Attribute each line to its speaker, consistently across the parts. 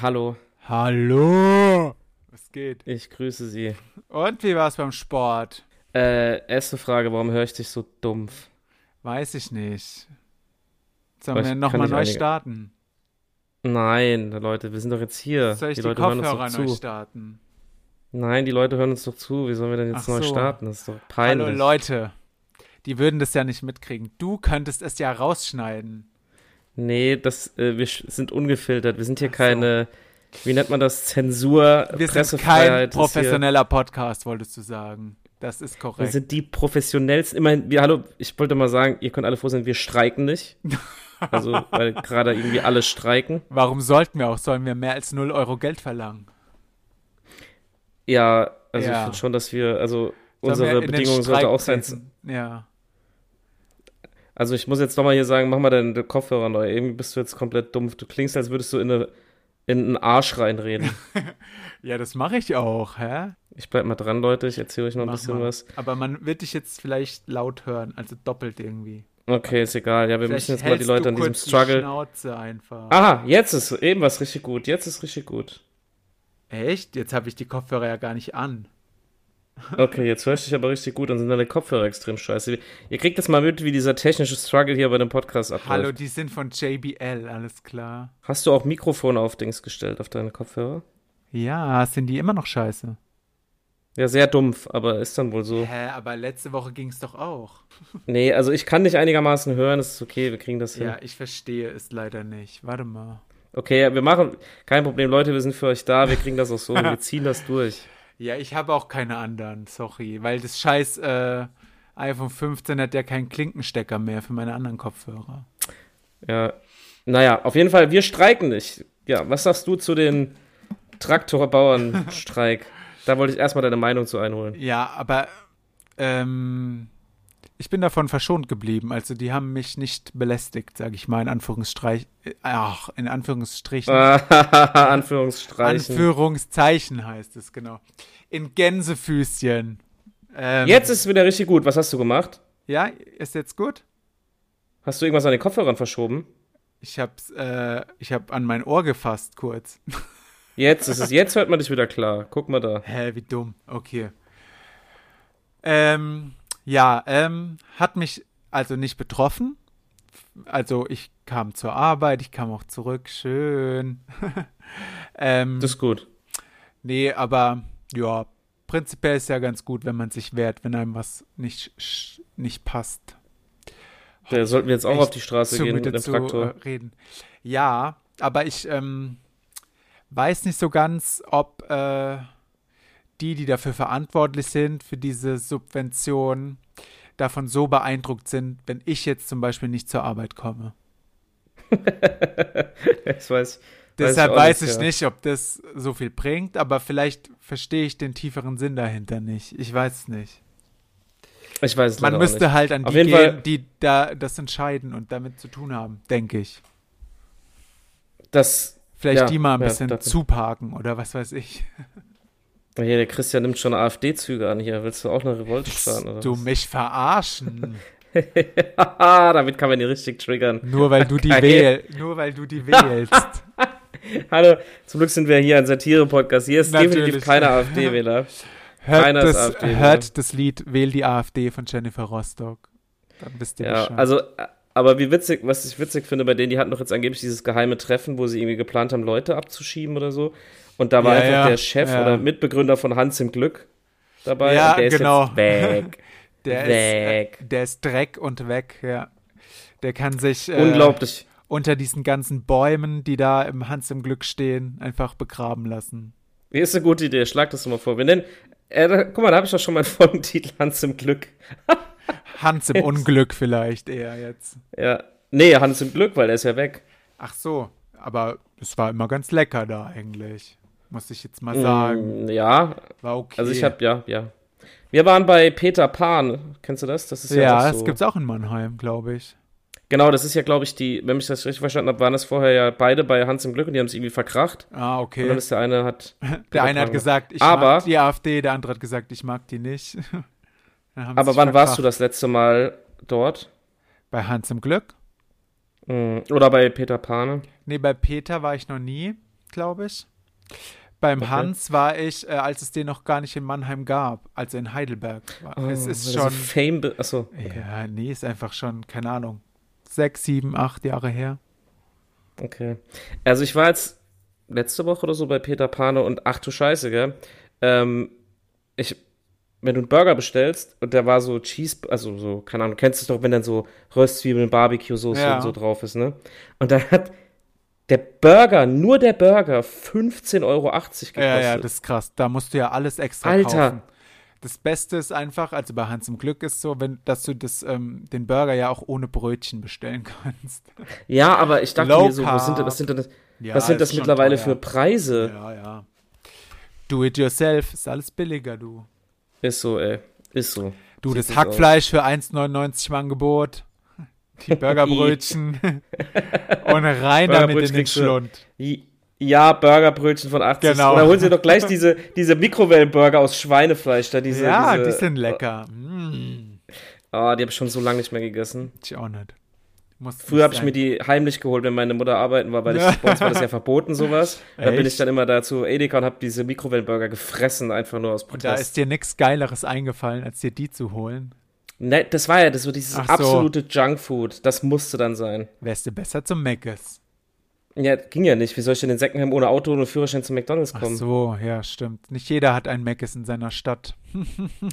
Speaker 1: Hallo,
Speaker 2: Hallo! Was geht?
Speaker 1: ich grüße Sie.
Speaker 2: Und wie war's beim Sport?
Speaker 1: Äh, erste Frage, warum höre ich dich so dumpf?
Speaker 2: Weiß ich nicht. Sollen
Speaker 1: Ich
Speaker 2: wir
Speaker 1: kann
Speaker 2: nochmal
Speaker 1: nicht
Speaker 2: neu
Speaker 1: einige-
Speaker 2: starten?
Speaker 1: Nein, Leute, wir sind doch jetzt hier.
Speaker 2: Soll ich die,
Speaker 1: Leute hören
Speaker 2: Kopfhörer
Speaker 1: uns doch
Speaker 2: neu
Speaker 1: zu.
Speaker 2: starten?
Speaker 1: Nein, die Leute hören uns doch zu. Wie sollen wir denn jetzt
Speaker 2: Ach
Speaker 1: neu
Speaker 2: so.
Speaker 1: starten? Das ist doch
Speaker 2: Hallo
Speaker 1: peinlich.
Speaker 2: Leute, die würden das ja nicht mitkriegen. Du könntest es ja rausschneiden.
Speaker 1: Nee, das, äh, wir sch- sind ungefiltert. Wir sind hier
Speaker 2: Ach so.
Speaker 1: keine, wie nennt man das? Zensur,
Speaker 2: Wir sind
Speaker 1: Pressefreiheit.
Speaker 2: kein
Speaker 1: ist hier-
Speaker 2: professioneller Podcast, wolltest du sagen. Das ist
Speaker 1: Wir
Speaker 2: korrekt.
Speaker 1: sind die professionellsten. Immerhin, wir, hallo, ich wollte mal sagen, ihr könnt alle froh sein, wir streiken nicht. Also, weil gerade irgendwie alle streiken.
Speaker 2: Warum sollten wir auch? Sollen wir mehr als 0 Euro Geld verlangen?
Speaker 1: Ja, also ich
Speaker 2: Ja.
Speaker 1: finde schon, dass wir, also
Speaker 2: Sollen wir
Speaker 1: unsere
Speaker 2: in den
Speaker 1: Bedingung sollte
Speaker 2: Streik
Speaker 1: auch sein.
Speaker 2: treten? Ja.
Speaker 1: Also ich muss jetzt nochmal hier sagen, mach mal deine Kopfhörer neu. Irgendwie bist du jetzt komplett dumpf. Du klingst, als würdest du in, eine, in einen Arsch reinreden.
Speaker 2: ja, das mache ich auch, hä?
Speaker 1: Ich bleib mal dran, Leute. Ich erzähle euch noch ein
Speaker 2: Mach
Speaker 1: bisschen
Speaker 2: mal.
Speaker 1: was.
Speaker 2: Aber man wird dich jetzt vielleicht laut hören, also doppelt irgendwie.
Speaker 1: Okay, ist egal. Ja, wir
Speaker 2: Vielleicht
Speaker 1: müssen jetzt mal die
Speaker 2: hältst
Speaker 1: Leute
Speaker 2: du
Speaker 1: an diesem
Speaker 2: kurz die
Speaker 1: Struggle. Ah.
Speaker 2: Schnauze einfach.
Speaker 1: Aha, jetzt ist eben was richtig gut. Jetzt ist richtig gut.
Speaker 2: Echt? Jetzt habe ich die Kopfhörer ja gar nicht an.
Speaker 1: Okay, jetzt höre ich dich aber richtig gut. Dann sind deine Kopfhörer extrem scheiße. Ihr kriegt das mal mit, wie dieser technische Struggle hier bei dem Podcast abläuft.
Speaker 2: Hallo, die sind von JBL, alles klar.
Speaker 1: Hast du auch Mikrofone auf Dings gestellt, auf deine Kopfhörer?
Speaker 2: Ja, sind die immer noch scheiße?
Speaker 1: Ja, sehr dumpf, aber ist dann wohl so.
Speaker 2: Hä, aber letzte Woche ging es doch auch.
Speaker 1: Nee, also ich kann dich einigermaßen hören. Das ist okay, wir kriegen das hin.
Speaker 2: Ja, ich verstehe es leider nicht. Warte mal.
Speaker 1: Okay, ja, wir machen, kein Problem, Leute, wir sind für euch da, wir kriegen das auch so, hin, wir ziehen das durch.
Speaker 2: Ja, ich habe auch keine anderen, sorry. Weil das scheiß äh, iPhone 15 hat ja keinen Klinkenstecker mehr für meine anderen Kopfhörer.
Speaker 1: Ja, naja, auf jeden Fall, wir streiken nicht. Ja, was sagst du zu den Traktorbauernstreik? da wollte ich erstmal deine Meinung zu einholen.
Speaker 2: Ja, aber ähm, ich bin davon verschont geblieben. Also die haben mich nicht belästigt, sage ich mal in Anführungsstreich. äh, Ach, in Anführungsstrichen.
Speaker 1: Ah, Anführungsstreichen.
Speaker 2: Anführungszeichen heißt es genau. In Gänsefüßchen. Ähm,
Speaker 1: Jetzt ist es wieder richtig gut. Was hast du gemacht?
Speaker 2: Ja, ist jetzt gut.
Speaker 1: Hast du irgendwas an den Kopfhörern verschoben?
Speaker 2: Ich hab's, äh, ich hab an mein Ohr gefasst kurz.
Speaker 1: Jetzt ist es, jetzt hört man dich wieder klar. Guck mal da.
Speaker 2: Hä, wie dumm. Okay. Ähm, ja, ähm, hat mich also nicht betroffen. Also ich kam zur Arbeit, ich kam auch zurück, schön. ähm,
Speaker 1: Das ist gut.
Speaker 2: nee, aber ja, prinzipiell ist ja ganz gut, wenn man sich wehrt, wenn einem was nicht, sch- nicht passt.
Speaker 1: Da sollten wir jetzt auch
Speaker 2: Echt
Speaker 1: auf die Straße
Speaker 2: zu
Speaker 1: gehen
Speaker 2: müde
Speaker 1: mit dem
Speaker 2: zu
Speaker 1: Traktor.
Speaker 2: äh, reden. Ja, aber ich ähm, weiß nicht so ganz, ob äh, die, die dafür verantwortlich sind, für diese Subvention, davon so beeindruckt sind, wenn ich jetzt zum Beispiel nicht zur Arbeit komme.
Speaker 1: Das weiß ich.
Speaker 2: Deshalb
Speaker 1: auch
Speaker 2: weiß
Speaker 1: nicht,
Speaker 2: ich
Speaker 1: ja.
Speaker 2: nicht, ob das so viel bringt, aber vielleicht verstehe ich den tieferen Sinn dahinter nicht. Ich weiß es nicht.
Speaker 1: Ich weiß es
Speaker 2: Man
Speaker 1: leider auch nicht.
Speaker 2: müsste halt an
Speaker 1: Auf
Speaker 2: die
Speaker 1: jeden
Speaker 2: gehen,
Speaker 1: Fall-
Speaker 2: die da das entscheiden und damit zu tun haben, denke ich. halt-
Speaker 1: Das
Speaker 2: Vielleicht
Speaker 1: Ja,
Speaker 2: die mal ein
Speaker 1: ja,
Speaker 2: bisschen
Speaker 1: dafür.
Speaker 2: zuparken oder was weiß ich.
Speaker 1: Hier, der Christian nimmt schon AfD-Züge an hier. Willst du auch eine Revolte starten? Oder?
Speaker 2: Du mich verarschen.
Speaker 1: Haha, damit kann man die richtig triggern.
Speaker 2: Nur weil du die
Speaker 1: Geil.
Speaker 2: wählst. Nur weil du die wählst.
Speaker 1: Hallo, zum Glück sind wir hier ein Satire-Podcast. Hier ist
Speaker 2: Natürlich.
Speaker 1: definitiv keiner AfD-Wähler.
Speaker 2: Hört,
Speaker 1: Keiner ist
Speaker 2: das,
Speaker 1: AfD,
Speaker 2: hört das Lied Wähl die AfD von Jennifer Rostock. Dann wisst ihr
Speaker 1: Ja,
Speaker 2: Bescheid.
Speaker 1: also, äh, aber wie witzig, was ich witzig finde bei denen, die hatten doch jetzt angeblich dieses geheime Treffen, wo sie irgendwie geplant haben, Leute abzuschieben oder so. Und da war
Speaker 2: Ja,
Speaker 1: einfach
Speaker 2: ja,
Speaker 1: der Chef
Speaker 2: ja.
Speaker 1: oder Mitbegründer von Hans im Glück dabei.
Speaker 2: Ja,
Speaker 1: und der ist
Speaker 2: genau.
Speaker 1: jetzt weg.
Speaker 2: der, Ist, äh,
Speaker 1: weg.
Speaker 2: der ist Dreck und weg, ja. Der kann sich äh,
Speaker 1: Unglaublich.
Speaker 2: unter diesen ganzen Bäumen, die da im Hans im Glück stehen, einfach begraben lassen.
Speaker 1: Wie ist eine gute Idee? Schlag das doch mal vor. Wir nennen. Äh, da, guck mal, da habe ich doch schon meinen Folgentitel Hans im Glück.
Speaker 2: Hans im Unglück vielleicht eher jetzt.
Speaker 1: Ja. Nee, Hans im Glück, weil er ist ja weg.
Speaker 2: Ach so, aber es war immer ganz lecker da eigentlich. Muss ich jetzt mal sagen.
Speaker 1: Mm, Ja,
Speaker 2: War okay.
Speaker 1: also ich habe, ja, ja. Wir waren bei Peter Pan. Kennst du das? Das ist ja,
Speaker 2: Ja,
Speaker 1: auch
Speaker 2: das
Speaker 1: so.
Speaker 2: gibt's auch in Mannheim, glaube ich.
Speaker 1: Genau, das ist ja, glaube ich, die, wenn mich das richtig verstanden habe, waren das vorher ja beide bei Hans im Glück und die haben es irgendwie verkracht.
Speaker 2: Ah,
Speaker 1: Und dann
Speaker 2: okay.
Speaker 1: ist der eine hat.
Speaker 2: Der eine hat
Speaker 1: Pan-
Speaker 2: gesagt, ich
Speaker 1: Aber-
Speaker 2: mag die AfD, der andere hat gesagt, ich mag die nicht. Dann haben sie
Speaker 1: Aber
Speaker 2: sich
Speaker 1: wann warst du
Speaker 2: verkracht.
Speaker 1: das letzte Mal dort?
Speaker 2: Bei Hans im Glück?
Speaker 1: Mm, Oder bei Peter Pan?
Speaker 2: Nee, bei Peter war ich noch nie. glaube ich. Beim
Speaker 1: Okay.
Speaker 2: Hans war ich, äh, als es den noch gar nicht in Mannheim gab, also in Heidelberg. War. es
Speaker 1: Oh,
Speaker 2: ist
Speaker 1: weil er
Speaker 2: schon.
Speaker 1: So Fame. be- Achso,
Speaker 2: Ja, nee, ist einfach schon, keine Ahnung, sechs, sieben, acht Jahre her.
Speaker 1: okay. Also ich war jetzt letzte Woche oder so bei Peter Pane und ach du Scheiße, gell? Ähm, ich, wenn du einen Burger bestellst und der war so Cheese, also so, keine Ahnung, kennst du es doch, wenn dann so Röstzwiebeln, Barbecue-Soße
Speaker 2: Ja.
Speaker 1: und so drauf ist, ne? Und dann hat der Burger, nur der Burger, 15,80 Euro gekostet.
Speaker 2: Ja, ja, das ist krass. Da musst du ja alles extra
Speaker 1: Alter.
Speaker 2: kaufen. Das Beste ist einfach, also bei Hans im Glück ist so, wenn, dass du das, ähm, den Burger ja auch ohne Brötchen bestellen kannst.
Speaker 1: Ja, aber ich dachte
Speaker 2: Low
Speaker 1: mir so, was sind, denn-
Speaker 2: carb.
Speaker 1: was sind denn das,
Speaker 2: Ja,
Speaker 1: was sind
Speaker 2: ist
Speaker 1: das
Speaker 2: schon
Speaker 1: mittlerweile für
Speaker 2: teuer.
Speaker 1: Preise?
Speaker 2: Ja, ja. Do it yourself, ist alles billiger, du.
Speaker 1: Ist so, ey. Ist so.
Speaker 2: Du,
Speaker 1: Sieht
Speaker 2: das
Speaker 1: gut
Speaker 2: Hackfleisch für 1,99 im Angebot. Die Burgerbrötchen. Und rein damit in
Speaker 1: Burgerbrötchen
Speaker 2: den
Speaker 1: kriegst du.
Speaker 2: Schlund.
Speaker 1: I- Ja, Burgerbrötchen von 80.
Speaker 2: Genau.
Speaker 1: Oder holen sie doch gleich diese, diese Mikrowellenburger aus Schweinefleisch da. Diese,
Speaker 2: ja,
Speaker 1: diese, äh,
Speaker 2: die sind lecker. Mm.
Speaker 1: Ah, die habe ich schon so lange nicht mehr gegessen.
Speaker 2: Ich auch nicht. Muss
Speaker 1: Früher habe ich mir die heimlich geholt, wenn meine Mutter arbeiten war, weil ich, bei uns war das ja verboten, sowas. Und Da bin ich
Speaker 2: Echt?
Speaker 1: dann immer da zu Edeka und habe diese Mikrowellenburger gefressen, einfach nur aus
Speaker 2: Und da
Speaker 1: Protest.
Speaker 2: ist dir nichts Geileres eingefallen, als dir die zu holen.
Speaker 1: Ne, das war ja das, so dieses
Speaker 2: Ach so.
Speaker 1: absolute Junkfood. Das musste dann sein.
Speaker 2: Wärst du besser zum Meckes.
Speaker 1: Ja, ging ja nicht. Wie soll ich denn in Seckenheim ohne Auto und Führerschein zu McDonalds
Speaker 2: Ach
Speaker 1: kommen?
Speaker 2: so, ja, stimmt. Nicht jeder hat ein Meckes in seiner Stadt.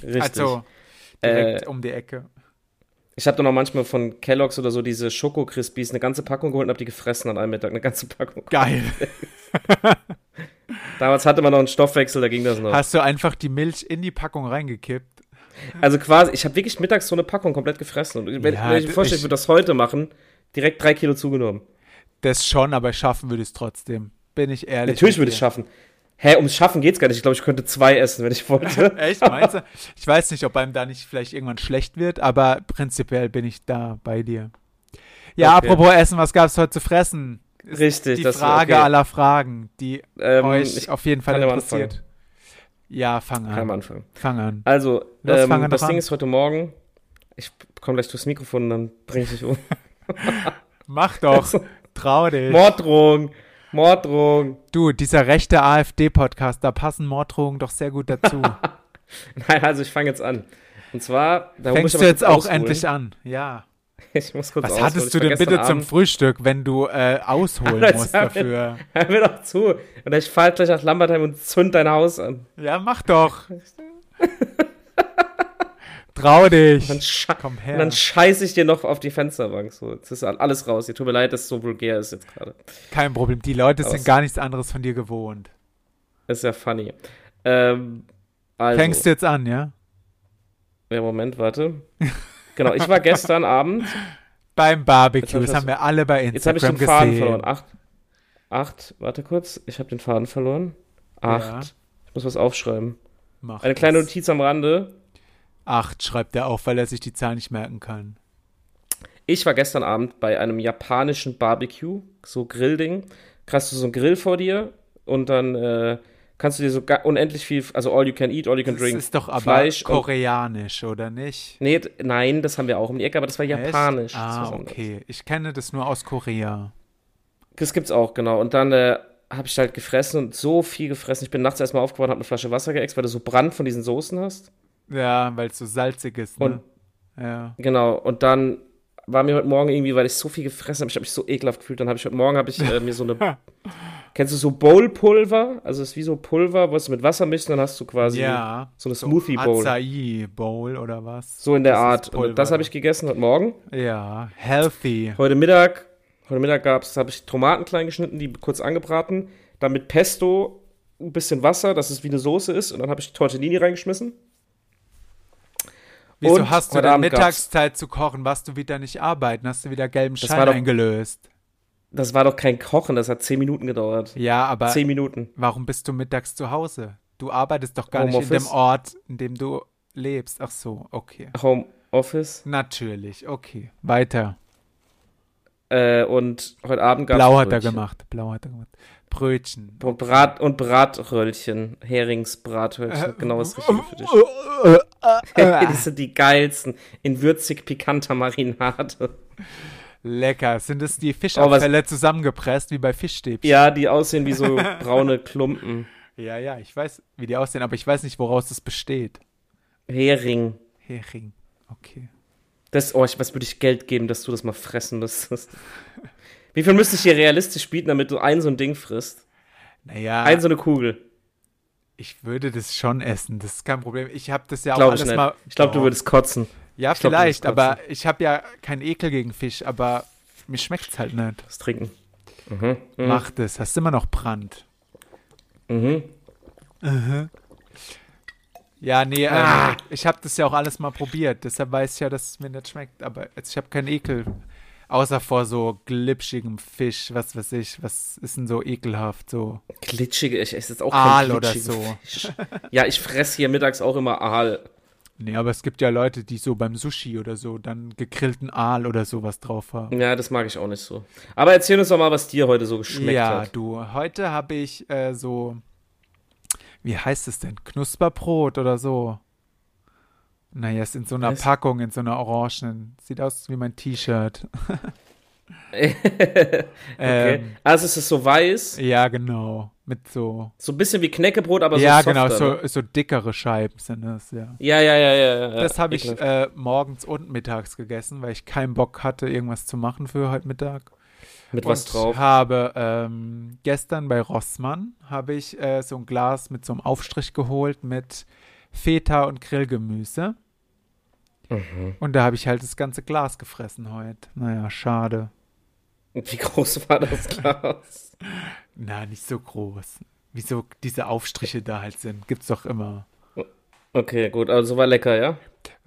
Speaker 1: Richtig.
Speaker 2: Also direkt
Speaker 1: Äh,
Speaker 2: um die Ecke.
Speaker 1: Ich habe dann auch manchmal von Kellogg's oder so diese Schoko-Crispies eine ganze Packung geholt und habe die gefressen an einem Mittag. Eine ganze Packung.
Speaker 2: Geil.
Speaker 1: Damals hatte man noch einen Stoffwechsel, da ging das noch.
Speaker 2: Hast du einfach die Milch in die Packung reingekippt?
Speaker 1: Also quasi, ich habe wirklich mittags so eine Packung komplett gefressen. Und wenn,
Speaker 2: Ja,
Speaker 1: wenn ich mir
Speaker 2: d-
Speaker 1: vorstelle, ich
Speaker 2: ich-
Speaker 1: würde das heute machen, direkt drei Kilo zugenommen.
Speaker 2: Das schon, aber schaffen würde ich es trotzdem. Bin ich ehrlich.
Speaker 1: Natürlich
Speaker 2: mit
Speaker 1: würde
Speaker 2: dir.
Speaker 1: ich schaffen. Hä, ums Schaffen geht's gar nicht. Ich glaube, ich könnte zwei essen, wenn ich wollte.
Speaker 2: Echt, meinst du? Ich weiß nicht, ob einem da nicht vielleicht irgendwann schlecht wird, aber prinzipiell bin ich da bei dir. Ja,
Speaker 1: Okay.
Speaker 2: apropos Essen, was gab es heute zu fressen? Ist
Speaker 1: Richtig,
Speaker 2: die
Speaker 1: das war-
Speaker 2: Frage
Speaker 1: okay.
Speaker 2: aller Fragen, die
Speaker 1: Ähm,
Speaker 2: euch
Speaker 1: ich
Speaker 2: auf jeden Fall
Speaker 1: kann ja mal
Speaker 2: interessiert. Ja, fang
Speaker 1: kann am
Speaker 2: an.
Speaker 1: Anfang.
Speaker 2: Fang an.
Speaker 1: Also,
Speaker 2: Los,
Speaker 1: ähm,
Speaker 2: fang an
Speaker 1: das
Speaker 2: dran.
Speaker 1: Ding ist heute Morgen. Ich komme gleich durchs Mikrofon und dann bringe ich dich um.
Speaker 2: Mach doch. Trau dich.
Speaker 1: Morddrohung! Morddrohung!
Speaker 2: Du, dieser rechte AfD-Podcast, da passen Morddrohungen doch sehr gut dazu.
Speaker 1: Nein, also ich fange jetzt an. Und zwar, da muss ich
Speaker 2: Fängst
Speaker 1: aber
Speaker 2: du jetzt
Speaker 1: kurz
Speaker 2: auch
Speaker 1: ausholen.
Speaker 2: endlich an? Ja.
Speaker 1: Ich muss kurz
Speaker 2: Was
Speaker 1: ausholen.
Speaker 2: hattest
Speaker 1: Ich
Speaker 2: du
Speaker 1: war
Speaker 2: denn bitte
Speaker 1: gestern
Speaker 2: zum
Speaker 1: Abend-
Speaker 2: Frühstück, wenn du äh, ausholen
Speaker 1: Alles
Speaker 2: musst
Speaker 1: damit.
Speaker 2: dafür?
Speaker 1: Hör mir doch zu. Und ich fahr gleich nach Lambertheim und zünd dein Haus an.
Speaker 2: Ja, mach doch. Trau dich.
Speaker 1: Dann scha-
Speaker 2: Komm her.
Speaker 1: Und dann scheiße ich dir noch auf die Fensterbank. So, jetzt ist alles raus. Hier tut mir leid, dass es so vulgär ist jetzt gerade.
Speaker 2: Kein Problem. Die Leute
Speaker 1: Aus.
Speaker 2: sind gar nichts anderes von dir gewohnt.
Speaker 1: Ist ja funny. Ähm, also,
Speaker 2: Fängst du jetzt an, ja?
Speaker 1: ja, Moment, warte. Genau, ich war gestern Abend.
Speaker 2: Beim
Speaker 1: Jetzt
Speaker 2: Barbecue.
Speaker 1: hab ich
Speaker 2: Das
Speaker 1: das-
Speaker 2: haben wir alle bei
Speaker 1: Jetzt habe ich
Speaker 2: Instagram
Speaker 1: den Faden
Speaker 2: gesehen.
Speaker 1: verloren. Acht, acht, warte kurz. Ich habe den Faden verloren. Acht.
Speaker 2: Ja.
Speaker 1: Ich muss was aufschreiben.
Speaker 2: Mach
Speaker 1: Eine kleine
Speaker 2: das.
Speaker 1: Notiz am Rande.
Speaker 2: Acht schreibt er auf, weil er sich die Zahl nicht merken kann.
Speaker 1: Ich war gestern Abend bei einem japanischen Barbecue, so Grillding. Hast du so einen Grill vor dir und dann äh, kannst du dir so ga- unendlich viel, also all you can eat, all you can
Speaker 2: Das
Speaker 1: drink.
Speaker 2: ist doch aber
Speaker 1: Fleisch und-
Speaker 2: koreanisch, oder nicht?
Speaker 1: Nee, d- nein, das haben wir auch um die Ecke, aber das war japanisch.
Speaker 2: Echt?
Speaker 1: Das ist was
Speaker 2: Ah,
Speaker 1: anderes.
Speaker 2: okay. Ich kenne das nur aus Korea.
Speaker 1: Das gibt's auch, genau. Und dann äh, habe ich halt gefressen und so viel gefressen. Ich bin nachts erstmal aufgewacht, habe eine Flasche Wasser geäxt, weil du so Brand von diesen Soßen hast.
Speaker 2: Ja, weil es so salzig ist, ne?
Speaker 1: Und-
Speaker 2: ja.
Speaker 1: Genau, und dann war mir heute Morgen irgendwie, weil ich so viel gefressen habe, ich habe mich so ekelhaft gefühlt, dann habe ich heute Morgen habe ich äh, mir so eine Kennst du so Bowl-Pulver? Also es ist wie so Pulver, was du mit Wasser mischst, dann hast du quasi
Speaker 2: ja.
Speaker 1: so eine Smoothie Bowl.
Speaker 2: Acai Bowl oder was?
Speaker 1: so in der
Speaker 2: Das ist
Speaker 1: Art.
Speaker 2: Pulver,
Speaker 1: und das habe ich gegessen heute Morgen.
Speaker 2: Ja, healthy.
Speaker 1: Heute Mittag, heute Mittag gab's, habe ich Tomaten klein geschnitten, die kurz angebraten, dann mit Pesto ein bisschen Wasser, dass es wie eine Soße ist und dann habe ich Tortellini reingeschmissen.
Speaker 2: Wieso
Speaker 1: Und
Speaker 2: hast du
Speaker 1: heute
Speaker 2: denn
Speaker 1: Abend gab's-
Speaker 2: Mittagszeit zu kochen? Warst du wieder nicht arbeiten? Hast du wieder gelben
Speaker 1: Das
Speaker 2: Schein
Speaker 1: war doch-
Speaker 2: eingelöst?
Speaker 1: Das war doch kein Kochen, das hat zehn Minuten gedauert.
Speaker 2: Ja, aber
Speaker 1: Zehn Minuten.
Speaker 2: warum bist du mittags zu Hause? Du arbeitest doch gar nicht in
Speaker 1: Homeoffice.
Speaker 2: dem Ort, in dem du lebst. Ach so, okay.
Speaker 1: Homeoffice.
Speaker 2: Natürlich, okay. Weiter.
Speaker 1: Äh, und heute Abend gab's
Speaker 2: Blau hat er
Speaker 1: Brötchen.
Speaker 2: gemacht. Blau hat er gemacht. Brötchen.
Speaker 1: Und, Brat und Bratröllchen. Heringsbratröllchen. genau das Richtige für dich.
Speaker 2: Äh.
Speaker 1: die sind die geilsten. In würzig pikanter Marinade.
Speaker 2: Lecker. Sind es die Fischabfälle zusammengepresst, wie bei Fischstäbchen?
Speaker 1: Ja, die aussehen wie so braune Klumpen.
Speaker 2: Ja, ja, ich weiß, wie die aussehen, aber ich weiß nicht, woraus das besteht.
Speaker 1: Hering.
Speaker 2: Hering, okay.
Speaker 1: Das, oh, ich, was würde ich Geld geben, dass du das mal fressen müsstest? Wie viel müsste ich hier realistisch bieten, damit du ein so ein Ding frisst?
Speaker 2: Naja,
Speaker 1: Ein so eine Kugel.
Speaker 2: ich würde das schon essen, das ist kein Problem. Ich habe das ja auch
Speaker 1: Glaube ich
Speaker 2: alles
Speaker 1: nicht.
Speaker 2: mal.
Speaker 1: Ich glaube, du
Speaker 2: Doch.
Speaker 1: würdest kotzen.
Speaker 2: Ja,
Speaker 1: glaub, du
Speaker 2: vielleicht,
Speaker 1: würdest kotzen.
Speaker 2: aber ich habe ja keinen Ekel gegen Fisch, aber mir schmeckt es halt nicht.
Speaker 1: Was trinken. Mhm. Mhm.
Speaker 2: Mach das, hast immer noch Brand.
Speaker 1: Mhm.
Speaker 2: Ja, nee, ähm,
Speaker 1: Ah.
Speaker 2: ich habe das ja auch alles mal probiert, deshalb weiß ich ja, dass es mir nicht schmeckt, aber jetzt, ich habe keinen Ekel. Außer vor so glitschigem Fisch, was weiß ich, was ist denn so ekelhaft, so
Speaker 1: Glitschige, ich esse jetzt auch
Speaker 2: Aal
Speaker 1: keinen
Speaker 2: oder
Speaker 1: glitschigen
Speaker 2: so.
Speaker 1: Fisch. Ja, ich fress hier mittags auch immer Aal.
Speaker 2: Nee, aber es gibt ja Leute, die so beim Sushi oder so dann gegrillten Aal oder sowas drauf haben.
Speaker 1: Ja, das mag ich auch nicht so. Aber erzähl uns doch mal, was dir heute so geschmeckt
Speaker 2: ja,
Speaker 1: hat.
Speaker 2: du, heute habe ich äh, so, wie heißt es denn, Knusperbrot oder so. Naja, ist in so einer
Speaker 1: Was?
Speaker 2: Packung, in so einer orangenen. Sieht aus wie mein T-Shirt.
Speaker 1: okay.
Speaker 2: Ähm,
Speaker 1: Also es ist so weiß,
Speaker 2: Ja, genau. Mit so.
Speaker 1: so ein bisschen wie Knäckebrot, aber so
Speaker 2: ja,
Speaker 1: softer,
Speaker 2: genau,
Speaker 1: ne?
Speaker 2: so, so dickere Scheiben sind es, ja.
Speaker 1: Ja, ja, ja, ja. ja, ja.
Speaker 2: Das habe ich
Speaker 1: Ekelhaft.
Speaker 2: äh, morgens und mittags gegessen, weil ich keinen Bock hatte, irgendwas zu machen für heute Mittag.
Speaker 1: Mit was
Speaker 2: äh, und
Speaker 1: drauf?
Speaker 2: habe ähm, gestern bei Rossmann habe ich äh, so ein Glas mit so einem Aufstrich geholt mit Feta und Grillgemüse.
Speaker 1: Mhm.
Speaker 2: Und da habe ich halt das ganze Glas gefressen heute. Naja, schade.
Speaker 1: Und Wie groß war das Glas?
Speaker 2: Na, nicht so groß. Wieso diese Aufstriche da halt sind, gibt's doch immer.
Speaker 1: Okay, gut, also war lecker, ja?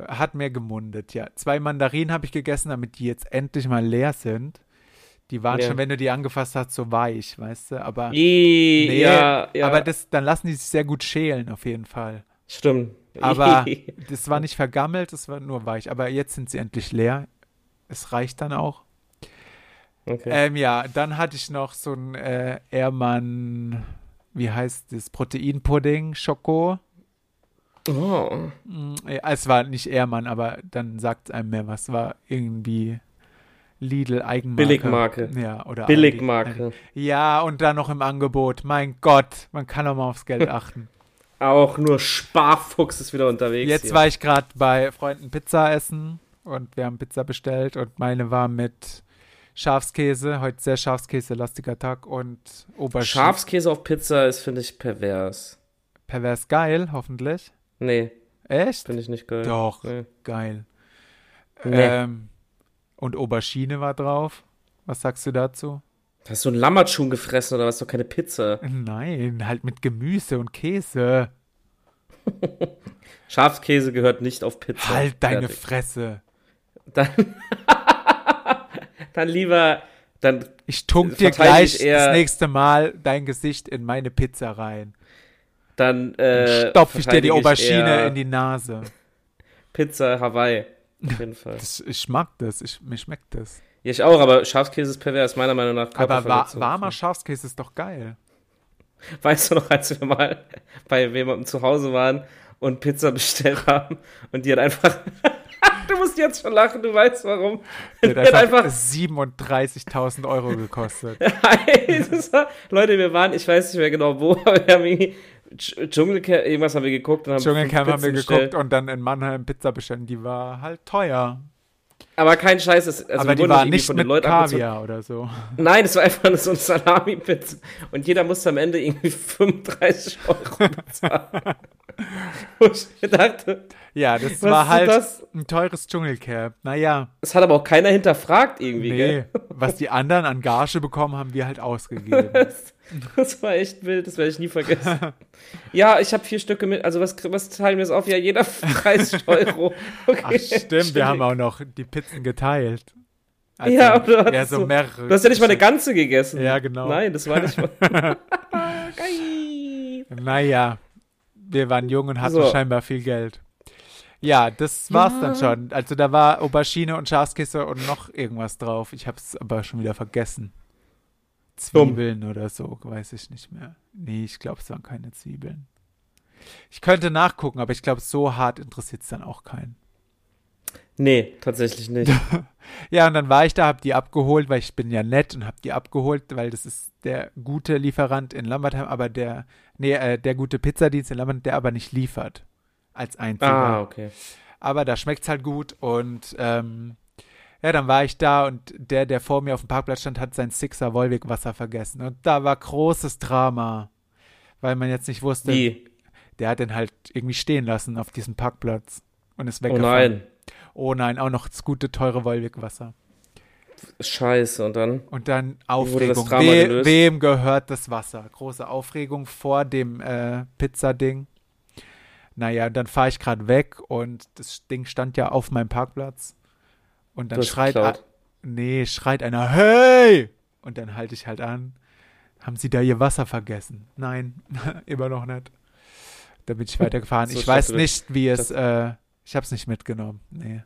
Speaker 2: Hat mir gemundet, ja. Zwei Mandarinen habe ich gegessen, damit die jetzt endlich mal leer sind. Die waren
Speaker 1: Ja.
Speaker 2: schon, wenn du die angefasst hast, so weich, weißt du? Aber,
Speaker 1: I,
Speaker 2: nee,
Speaker 1: ja, ja.
Speaker 2: aber das, dann lassen die sich sehr gut schälen, auf jeden Fall.
Speaker 1: Stimmt.
Speaker 2: Aber
Speaker 1: I.
Speaker 2: das war nicht vergammelt, das war nur weich. Aber jetzt sind sie endlich leer. Es reicht dann auch.
Speaker 1: okay.
Speaker 2: Ähm, ja, dann hatte ich noch so ein äh, Ehrmann, wie heißt das? Proteinpudding, Schoko.
Speaker 1: oh.
Speaker 2: Mm, Ja, es war nicht Ehrmann, aber dann sagt es einem mehr was. War irgendwie Lidl Eigenmarke.
Speaker 1: Billigmarke.
Speaker 2: Ja, oder Aldi.
Speaker 1: Billigmarke.
Speaker 2: Ja, und dann noch im Angebot. Mein Gott, man kann doch mal aufs Geld achten.
Speaker 1: Auch nur Sparfuchs ist wieder unterwegs.
Speaker 2: Jetzt
Speaker 1: hier.
Speaker 2: war ich gerade bei Freunden Pizza essen und wir haben Pizza bestellt und meine war mit Schafskäse, heute sehr Schafskäse-lastiger Tag und Oberschaf.
Speaker 1: Schafskäse auf Pizza ist, finde ich, pervers.
Speaker 2: Pervers geil, hoffentlich.
Speaker 1: Nee,
Speaker 2: Echt?
Speaker 1: finde ich nicht geil.
Speaker 2: Doch,
Speaker 1: Nee.
Speaker 2: geil.
Speaker 1: Nee.
Speaker 2: Ähm, und Aubergine war drauf. Was sagst du dazu?
Speaker 1: Hast du einen Lammertschuh gefressen oder was? Doch keine Pizza.
Speaker 2: Nein, halt mit Gemüse und Käse.
Speaker 1: Schafskäse gehört nicht auf Pizza.
Speaker 2: Halt deine
Speaker 1: Fertig.
Speaker 2: Fresse.
Speaker 1: Dann, dann lieber. Dann,
Speaker 2: Ich tunk dir
Speaker 1: Verteidige ich
Speaker 2: gleich
Speaker 1: Äh, eher-
Speaker 2: das nächste Mal dein Gesicht in meine Pizza rein.
Speaker 1: dann äh,
Speaker 2: Stopf ich dir die
Speaker 1: verteidige
Speaker 2: Aubergine
Speaker 1: eher
Speaker 2: in die Nase.
Speaker 1: Pizza Hawaii. Auf jeden Fall.
Speaker 2: Das, ich mag das, ich, mir schmeckt das.
Speaker 1: Ja, ich auch, aber Schafskäse ist pervers, meiner Meinung nach.
Speaker 2: Aber wa
Speaker 1: Körperverletzung.
Speaker 2: warmer Schafskäse ist doch geil.
Speaker 1: Weißt du noch, als wir mal bei jemandem zu Hause waren und Pizza bestellt haben und die hat einfach. du musst jetzt schon lachen, du weißt warum.
Speaker 2: Der
Speaker 1: Die hat
Speaker 2: hat einfach
Speaker 1: einfach.
Speaker 2: 37.000 Euro gekostet.
Speaker 1: Das war- Leute, wir waren, ich weiß nicht mehr genau wo, aber wir haben irgendwie. Dsch- Dschungelcamp, irgendwas haben wir geguckt und haben.
Speaker 2: Dschungelcamp
Speaker 1: fünf
Speaker 2: haben wir
Speaker 1: Pizzen
Speaker 2: geguckt
Speaker 1: bestellt.
Speaker 2: und dann in Mannheim Pizza bestellt. Die war halt teuer.
Speaker 1: Aber kein Scheiß, das- also
Speaker 2: aber
Speaker 1: wir
Speaker 2: die
Speaker 1: wurden
Speaker 2: war
Speaker 1: irgendwie
Speaker 2: nicht
Speaker 1: von
Speaker 2: mit
Speaker 1: den Leuten abgezogen.
Speaker 2: Kaviar oder so.
Speaker 1: Nein, das war einfach nur so eine Salami-Pizza. Und jeder musste am Ende irgendwie 35 Euro bezahlen. Wo ich mir dachte,
Speaker 2: Ja, das
Speaker 1: Was
Speaker 2: war
Speaker 1: ist
Speaker 2: halt
Speaker 1: das?
Speaker 2: ein teures Dschungelcamp. Naja,
Speaker 1: das hat aber auch keiner hinterfragt irgendwie, gell?
Speaker 2: nee. Was die anderen an Gage bekommen, haben wir halt ausgegeben.
Speaker 1: Das war echt wild, das werde ich nie vergessen. ja, ich habe vier Stücke mit. Also, was, was teilen wir es auf? Ja, jeder 30 Euro. Okay.
Speaker 2: Ach stimmt, wir haben auch noch die Pizzen geteilt. Also,
Speaker 1: Ja, aber du hast
Speaker 2: ja, so
Speaker 1: so-
Speaker 2: mehrere.
Speaker 1: Du hast ja nicht mal eine ganze gegessen.
Speaker 2: Ja, genau.
Speaker 1: Nein, das war nicht mal. Geil.
Speaker 2: Naja, wir waren jung und hatten
Speaker 1: So.
Speaker 2: scheinbar viel Geld. Ja, das war's
Speaker 1: Ja.
Speaker 2: dann schon. Also da war Aubergine und Schafskäse und noch irgendwas drauf. Ich hab's aber schon wieder vergessen. Zwiebeln oder so, weiß ich nicht mehr. Nee, ich glaube, es waren keine Zwiebeln. Ich könnte nachgucken, aber ich glaube, so hart interessiert's dann auch keinen.
Speaker 1: Nee, tatsächlich nicht.
Speaker 2: Ja, und dann war ich da, hab die abgeholt, weil ich bin ja nett und hab die abgeholt, weil das ist der gute Lieferant in Lambertheim, aber der, nee, äh, der gute Pizzadienst in Lambertheim, der aber nicht liefert. Als einziger.
Speaker 1: ah, okay.
Speaker 2: Aber da schmeckt's halt gut und, ähm, ja, dann war ich da und der, der vor mir auf dem Parkplatz stand, hat sein Sixer Wolwig-Wasser vergessen. Und da war großes Drama, weil man jetzt nicht wusste,
Speaker 1: Wie?
Speaker 2: der hat den halt irgendwie stehen lassen auf diesem Parkplatz und ist
Speaker 1: Oh
Speaker 2: weggefahren.
Speaker 1: nein.
Speaker 2: Oh nein, auch noch das gute, teure Wolwig-Wasser.
Speaker 1: Scheiße. Und dann?
Speaker 2: Und dann
Speaker 1: wurde das
Speaker 2: Aufregung.
Speaker 1: Drama
Speaker 2: We
Speaker 1: gelöst?
Speaker 2: wem gehört das Wasser? Große Aufregung vor dem äh, Pizzading. Naja, und dann fahre ich gerade weg und das Ding stand ja auf meinem Parkplatz. Und dann
Speaker 1: hast
Speaker 2: schreit, a-
Speaker 1: geklaut.
Speaker 2: nee, schreit einer, hey! Und dann halte ich halt an. Haben Sie da Ihr Wasser vergessen? Nein, immer noch nicht. Da bin ich weitergefahren.
Speaker 1: Hm, So
Speaker 2: ich weiß
Speaker 1: schätze-
Speaker 2: nicht, wie es, äh, ich habe es nicht mitgenommen. Nee.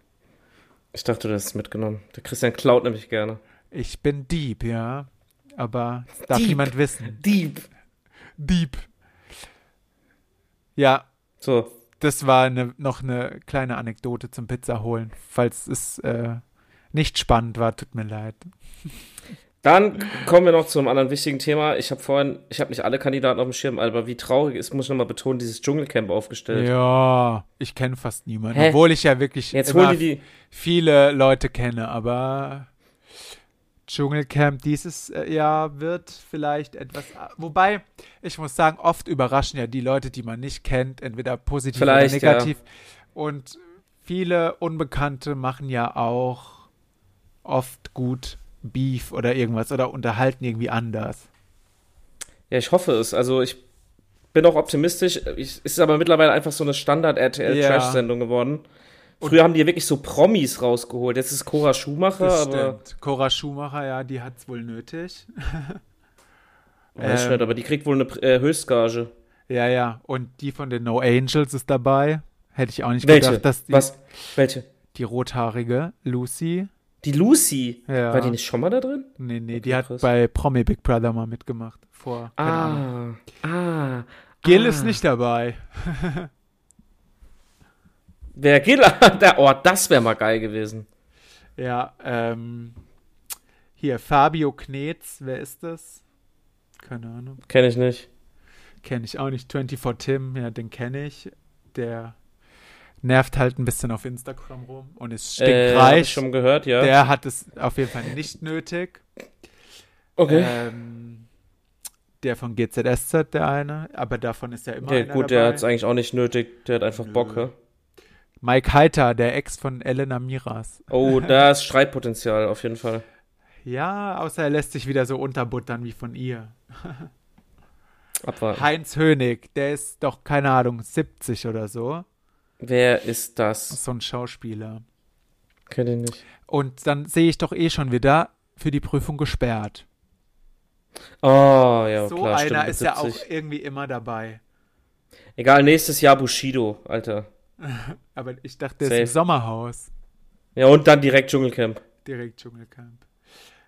Speaker 1: Ich dachte, du hast es mitgenommen. Der Christian klaut nämlich gerne.
Speaker 2: Ich bin Dieb, ja. Aber das darf
Speaker 1: Dieb.
Speaker 2: niemand wissen.
Speaker 1: Dieb.
Speaker 2: Dieb. Ja,
Speaker 1: So,
Speaker 2: das war eine, noch eine kleine Anekdote zum Pizza holen. Falls es äh, nicht spannend war, tut mir leid.
Speaker 1: Dann kommen wir noch zu einem anderen wichtigen Thema. Ich habe vorhin, ich habe nicht alle Kandidaten auf dem Schirm, aber wie traurig ist, muss ich nochmal betonen, dieses Dschungelcamp aufgestellt.
Speaker 2: Ja, ich kenne fast niemanden.
Speaker 1: Hä?
Speaker 2: Obwohl ich ja wirklich
Speaker 1: Jetzt
Speaker 2: immer
Speaker 1: holen die die.
Speaker 2: viele Leute kenne, aber Dschungelcamp dieses äh, Jahr wird vielleicht etwas. Wobei, ich muss sagen, oft überraschen ja die Leute, die man nicht kennt, entweder positiv
Speaker 1: Vielleicht,
Speaker 2: oder negativ. Und viele Unbekannte machen ja auch oft gut Beef oder irgendwas oder unterhalten irgendwie anders.
Speaker 1: Ja, ich hoffe es. Also ich bin auch optimistisch. Ich, es ist aber mittlerweile einfach so eine
Speaker 2: Ja.
Speaker 1: Standard-RTL-Trash-Sendung geworden. Früher haben die ja wirklich so Promis rausgeholt. Jetzt ist Cora Schumacher,
Speaker 2: Das
Speaker 1: aber,
Speaker 2: stimmt. Cora Schumacher, ja, die hat's wohl nötig.
Speaker 1: Weiß
Speaker 2: Ähm.
Speaker 1: nicht, aber die kriegt wohl eine äh, Höchstgage.
Speaker 2: Ja, ja. Und die von den No Angels ist dabei. Hätte ich auch nicht
Speaker 1: Welche?
Speaker 2: gedacht, dass die,
Speaker 1: Was? Welche?
Speaker 2: die rothaarige Lucy.
Speaker 1: Die Lucy.
Speaker 2: Ja.
Speaker 1: War die nicht schon mal da drin?
Speaker 2: Nee, nee, die
Speaker 1: Okay,
Speaker 2: hat
Speaker 1: krass.
Speaker 2: bei Promi Big Brother mal mitgemacht. Vor. keine Ahnung.
Speaker 1: Ah. ah.
Speaker 2: Gil ist nicht dabei.
Speaker 1: Wer geht da? Oh, das wäre mal geil gewesen.
Speaker 2: Ja, ähm. Hier, Fabio Knetz, wer ist das? Keine Ahnung.
Speaker 1: Kenne ich nicht.
Speaker 2: Kenne ich auch nicht. 24 Tim, ja, den kenne ich. Der nervt halt ein bisschen auf Instagram rum und ist
Speaker 1: Äh, hab ich
Speaker 2: stinkreich.
Speaker 1: schon gehört, ja.
Speaker 2: Der hat es auf jeden Fall nicht nötig.
Speaker 1: okay.
Speaker 2: Ähm, der von GZSZ, der eine, aber davon ist ja immer
Speaker 1: okay,
Speaker 2: einer
Speaker 1: gut,
Speaker 2: dabei.
Speaker 1: der hat es eigentlich auch nicht nötig. Der hat einfach
Speaker 2: Nö.
Speaker 1: Bock, hä?
Speaker 2: Mike Heiter, der Ex von Elena Miras.
Speaker 1: Oh, da ist Streitpotenzial auf jeden Fall.
Speaker 2: Ja, außer er lässt sich wieder so unterbuttern wie von ihr.
Speaker 1: Abwarten.
Speaker 2: Heinz Hönig, der ist doch, keine Ahnung, 70 oder so.
Speaker 1: Wer ist das?
Speaker 2: So ein Schauspieler.
Speaker 1: Kenne ich nicht.
Speaker 2: Und dann sehe ich doch eh schon wieder für die Prüfung gesperrt.
Speaker 1: Oh, ja,
Speaker 2: so
Speaker 1: klar, stimmt.
Speaker 2: einer
Speaker 1: mit
Speaker 2: ist ja auch
Speaker 1: 70.
Speaker 2: irgendwie immer dabei.
Speaker 1: Egal, nächstes Jahr Bushido, Alter.
Speaker 2: Aber ich dachte, der ist im
Speaker 1: Safe.
Speaker 2: Sommerhaus.
Speaker 1: Ja, und dann direkt Dschungelcamp.
Speaker 2: Direkt Dschungelcamp.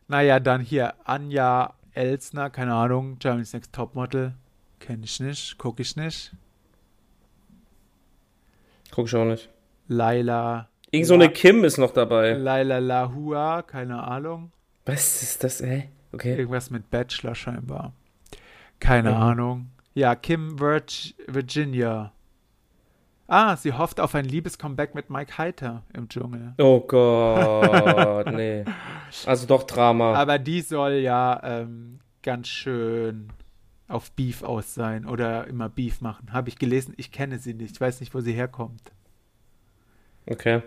Speaker 2: Naja, dann hier Anja Elsner, keine Ahnung, Germany's Next Topmodel. Kenn ich nicht, gucke ich nicht.
Speaker 1: Guck ich auch nicht.
Speaker 2: Laila,
Speaker 1: Irgend so
Speaker 2: Ja. Äh.
Speaker 1: eine Kim ist noch dabei.
Speaker 2: Laila Lahua, keine Ahnung.
Speaker 1: Was ist das, ey? Okay.
Speaker 2: Irgendwas mit Bachelor scheinbar. Keine
Speaker 1: Mhm.
Speaker 2: Ahnung. Ja, Kim Virg Virginia. Ah, sie hofft auf ein liebes Comeback mit Mike Heiter im Dschungel.
Speaker 1: Oh Gott, nee. Also doch Drama.
Speaker 2: Aber die soll ja ähm, ganz schön auf Beef aus sein oder immer Beef machen. Habe ich gelesen. Ich kenne sie nicht. Ich weiß nicht, wo sie herkommt.
Speaker 1: Okay.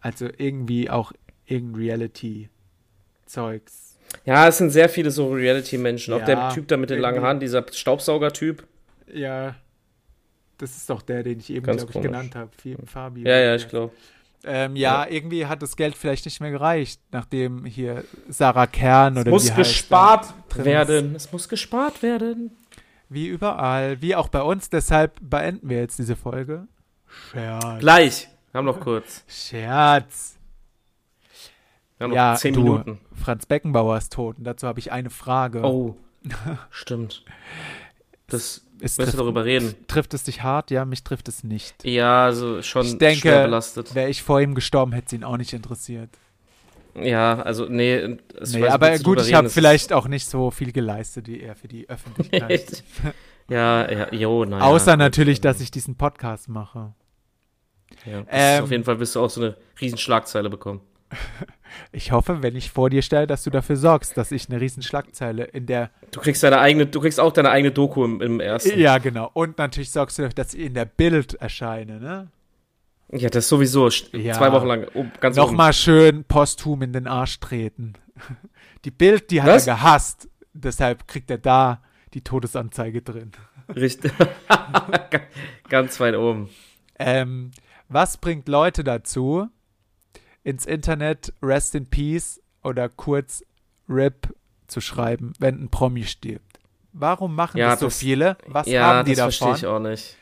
Speaker 2: Also irgendwie auch irgendein Reality-Zeugs.
Speaker 1: Ja, es sind sehr viele so Reality-Menschen. Auch
Speaker 2: Ja,
Speaker 1: der Typ da mit den langen
Speaker 2: irgendwie.
Speaker 1: Haaren, dieser Staubsauger-Typ.
Speaker 2: Ja, das ist doch der, den ich eben,
Speaker 1: Ganz
Speaker 2: glaube ich,
Speaker 1: komisch.
Speaker 2: genannt habe. Fi- Fabio.
Speaker 1: Ja, ja, ich glaube.
Speaker 2: Ähm, ja, irgendwie hat das Geld vielleicht nicht mehr gereicht, nachdem hier Sarah Kern oder wie
Speaker 1: Muss
Speaker 2: heißt er?
Speaker 1: gespart
Speaker 2: drin
Speaker 1: werden. Es muss gespart werden.
Speaker 2: Wie überall, wie auch bei uns. Deshalb beenden wir jetzt diese Folge. Scherz.
Speaker 1: Gleich. Wir haben noch kurz.
Speaker 2: Scherz.
Speaker 1: Wir haben noch
Speaker 2: Ja,
Speaker 1: zehn
Speaker 2: du,
Speaker 1: Minuten.
Speaker 2: Franz Beckenbauer ist tot und dazu habe ich eine Frage.
Speaker 1: Oh. Stimmt. das
Speaker 2: Es
Speaker 1: müssen wir
Speaker 2: trifft-
Speaker 1: darüber reden.
Speaker 2: Trifft es dich hart? Ja, mich trifft es nicht.
Speaker 1: Ja, also schon
Speaker 2: Ich denke-
Speaker 1: schwer belastet.
Speaker 2: Wäre ich vor ihm gestorben, hätte es ihn auch nicht interessiert.
Speaker 1: Ja, also nee, es- ich
Speaker 2: Nee,
Speaker 1: weiß nicht,
Speaker 2: aber
Speaker 1: willst du
Speaker 2: gut,
Speaker 1: drüber
Speaker 2: ich
Speaker 1: reden?
Speaker 2: habe
Speaker 1: Es ist-
Speaker 2: vielleicht auch nicht so viel geleistet wie er für die Öffentlichkeit.
Speaker 1: ja, ja, jo, naja.
Speaker 2: Außer natürlich, dass ich diesen Podcast mache.
Speaker 1: Ja, das ist
Speaker 2: Ähm,
Speaker 1: auf jeden Fall wirst du auch so eine Riesenschlagzeile bekommen.
Speaker 2: Ich hoffe, wenn ich vor dir stelle, dass du dafür sorgst, dass ich eine riesen Schlagzeile in der
Speaker 1: Du kriegst deine eigene, du kriegst auch deine eigene Doku im, im ersten.
Speaker 2: Ja, genau. Und natürlich sorgst du dafür, dass ich in der Bild erscheine, ne?
Speaker 1: Ja, das sowieso. st-
Speaker 2: Ja.
Speaker 1: Zwei Wochen lang. Oh, ganz oben.
Speaker 2: Nochmal schön posthum in den Arsch treten. Die Bild, die hat
Speaker 1: Was?
Speaker 2: er gehasst. Deshalb kriegt er da die Todesanzeige drin.
Speaker 1: Richtig. ganz weit oben.
Speaker 2: Ähm, was bringt Leute dazu, ins Internet Rest in Peace oder kurz RIP zu schreiben, wenn ein Promi stirbt? Warum machen
Speaker 1: Ja,
Speaker 2: das so
Speaker 1: das-
Speaker 2: viele? Was
Speaker 1: ja,
Speaker 2: haben die
Speaker 1: das verstehe
Speaker 2: davon?
Speaker 1: ich auch nicht.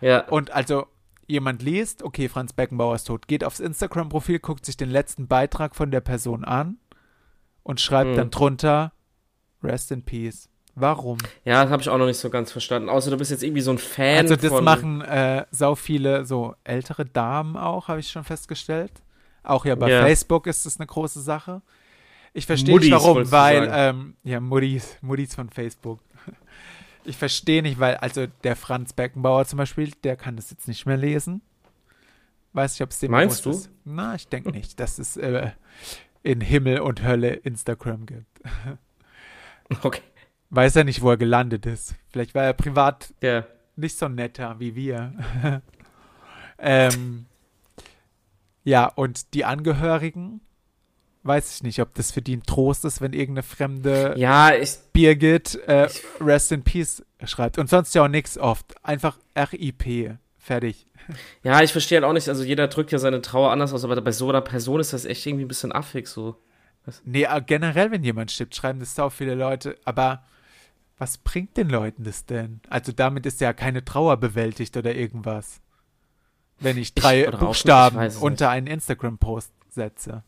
Speaker 1: Ja,
Speaker 2: Und also jemand liest, okay, Franz Beckenbauer ist tot, geht aufs Instagram-Profil, guckt sich den letzten Beitrag von der Person an und schreibt
Speaker 1: Hm.
Speaker 2: dann drunter Rest in Peace. Warum?
Speaker 1: ja, das habe ich auch noch nicht so ganz verstanden. Außer du bist jetzt irgendwie so ein Fan
Speaker 2: also das
Speaker 1: von.
Speaker 2: machen äh, sau viele so ältere Damen auch, habe ich schon festgestellt. Auch ja bei
Speaker 1: Ja.
Speaker 2: Facebook ist das eine große Sache. Ich verstehe
Speaker 1: Muttis,
Speaker 2: nicht warum,
Speaker 1: wolltest du
Speaker 2: weil
Speaker 1: sagen.
Speaker 2: ähm, ja Muddies, Muddies von Facebook. Ich verstehe nicht, weil also der Franz Beckenbauer zum Beispiel, der kann das jetzt nicht mehr lesen. Weiß ich, ob es dem
Speaker 1: Meinst
Speaker 2: bewusst
Speaker 1: du?
Speaker 2: Ist. Na, ich denke nicht, dass es äh, in Himmel und Hölle Instagram gibt.
Speaker 1: Okay.
Speaker 2: Weiß er nicht, wo er gelandet ist. Vielleicht war er privat
Speaker 1: Ja.
Speaker 2: nicht so netter wie wir. ähm, ja, und die Angehörigen, weiß ich nicht, ob das für die ein Trost ist, wenn irgendeine fremde
Speaker 1: Ja, ich.
Speaker 2: Birgit äh, Rest in Peace schreibt. Und sonst ja auch nichts oft. Einfach RIP. Fertig.
Speaker 1: Ja, ich verstehe halt auch nicht, also jeder drückt ja seine Trauer anders aus, aber bei so einer Person ist das echt irgendwie ein bisschen affig so.
Speaker 2: Nee, äh, generell, wenn jemand stirbt, schreiben das so viele Leute. Aber was bringt den Leuten das denn? Also damit ist ja keine Trauer bewältigt oder irgendwas. Wenn ich drei
Speaker 1: oder auch nicht, ich
Speaker 2: Buchstaben
Speaker 1: weiß es
Speaker 2: unter einen Instagram-Post setze.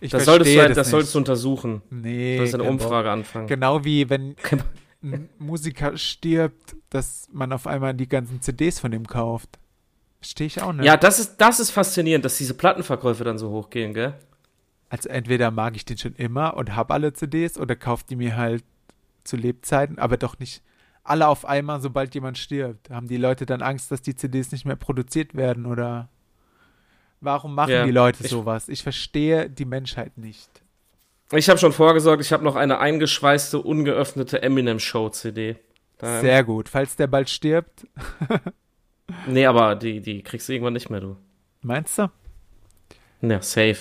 Speaker 2: Ich
Speaker 1: Das solltest, du,
Speaker 2: verstehe
Speaker 1: halt, das solltest du
Speaker 2: nicht.
Speaker 1: untersuchen.
Speaker 2: Nee.
Speaker 1: Du sollst eine
Speaker 2: kein Bock.
Speaker 1: Umfrage anfangen.
Speaker 2: Genau wie wenn
Speaker 1: Kein Bock.
Speaker 2: ein Musiker stirbt, dass man auf einmal die ganzen CDs von ihm kauft. Stehe ich auch nicht.
Speaker 1: Ja, das ist, das ist faszinierend, dass diese Plattenverkäufe dann so hochgehen, gell?
Speaker 2: Also entweder mag ich den schon immer und hab alle CDs oder kauf die mir halt zu Lebzeiten, aber doch nicht alle auf einmal, sobald jemand stirbt. Haben die Leute dann Angst, dass die CDs nicht mehr produziert werden oder warum machen
Speaker 1: Ja,
Speaker 2: die Leute
Speaker 1: ich-
Speaker 2: sowas? Ich verstehe die Menschheit nicht.
Speaker 1: Ich habe schon vorgesorgt, ich habe noch eine eingeschweißte, ungeöffnete Eminem-Show-CD. Da-
Speaker 2: Sehr gut. Falls der bald stirbt,
Speaker 1: Nee, aber die, die kriegst du irgendwann nicht mehr, du.
Speaker 2: meinst du?
Speaker 1: Ja, safe.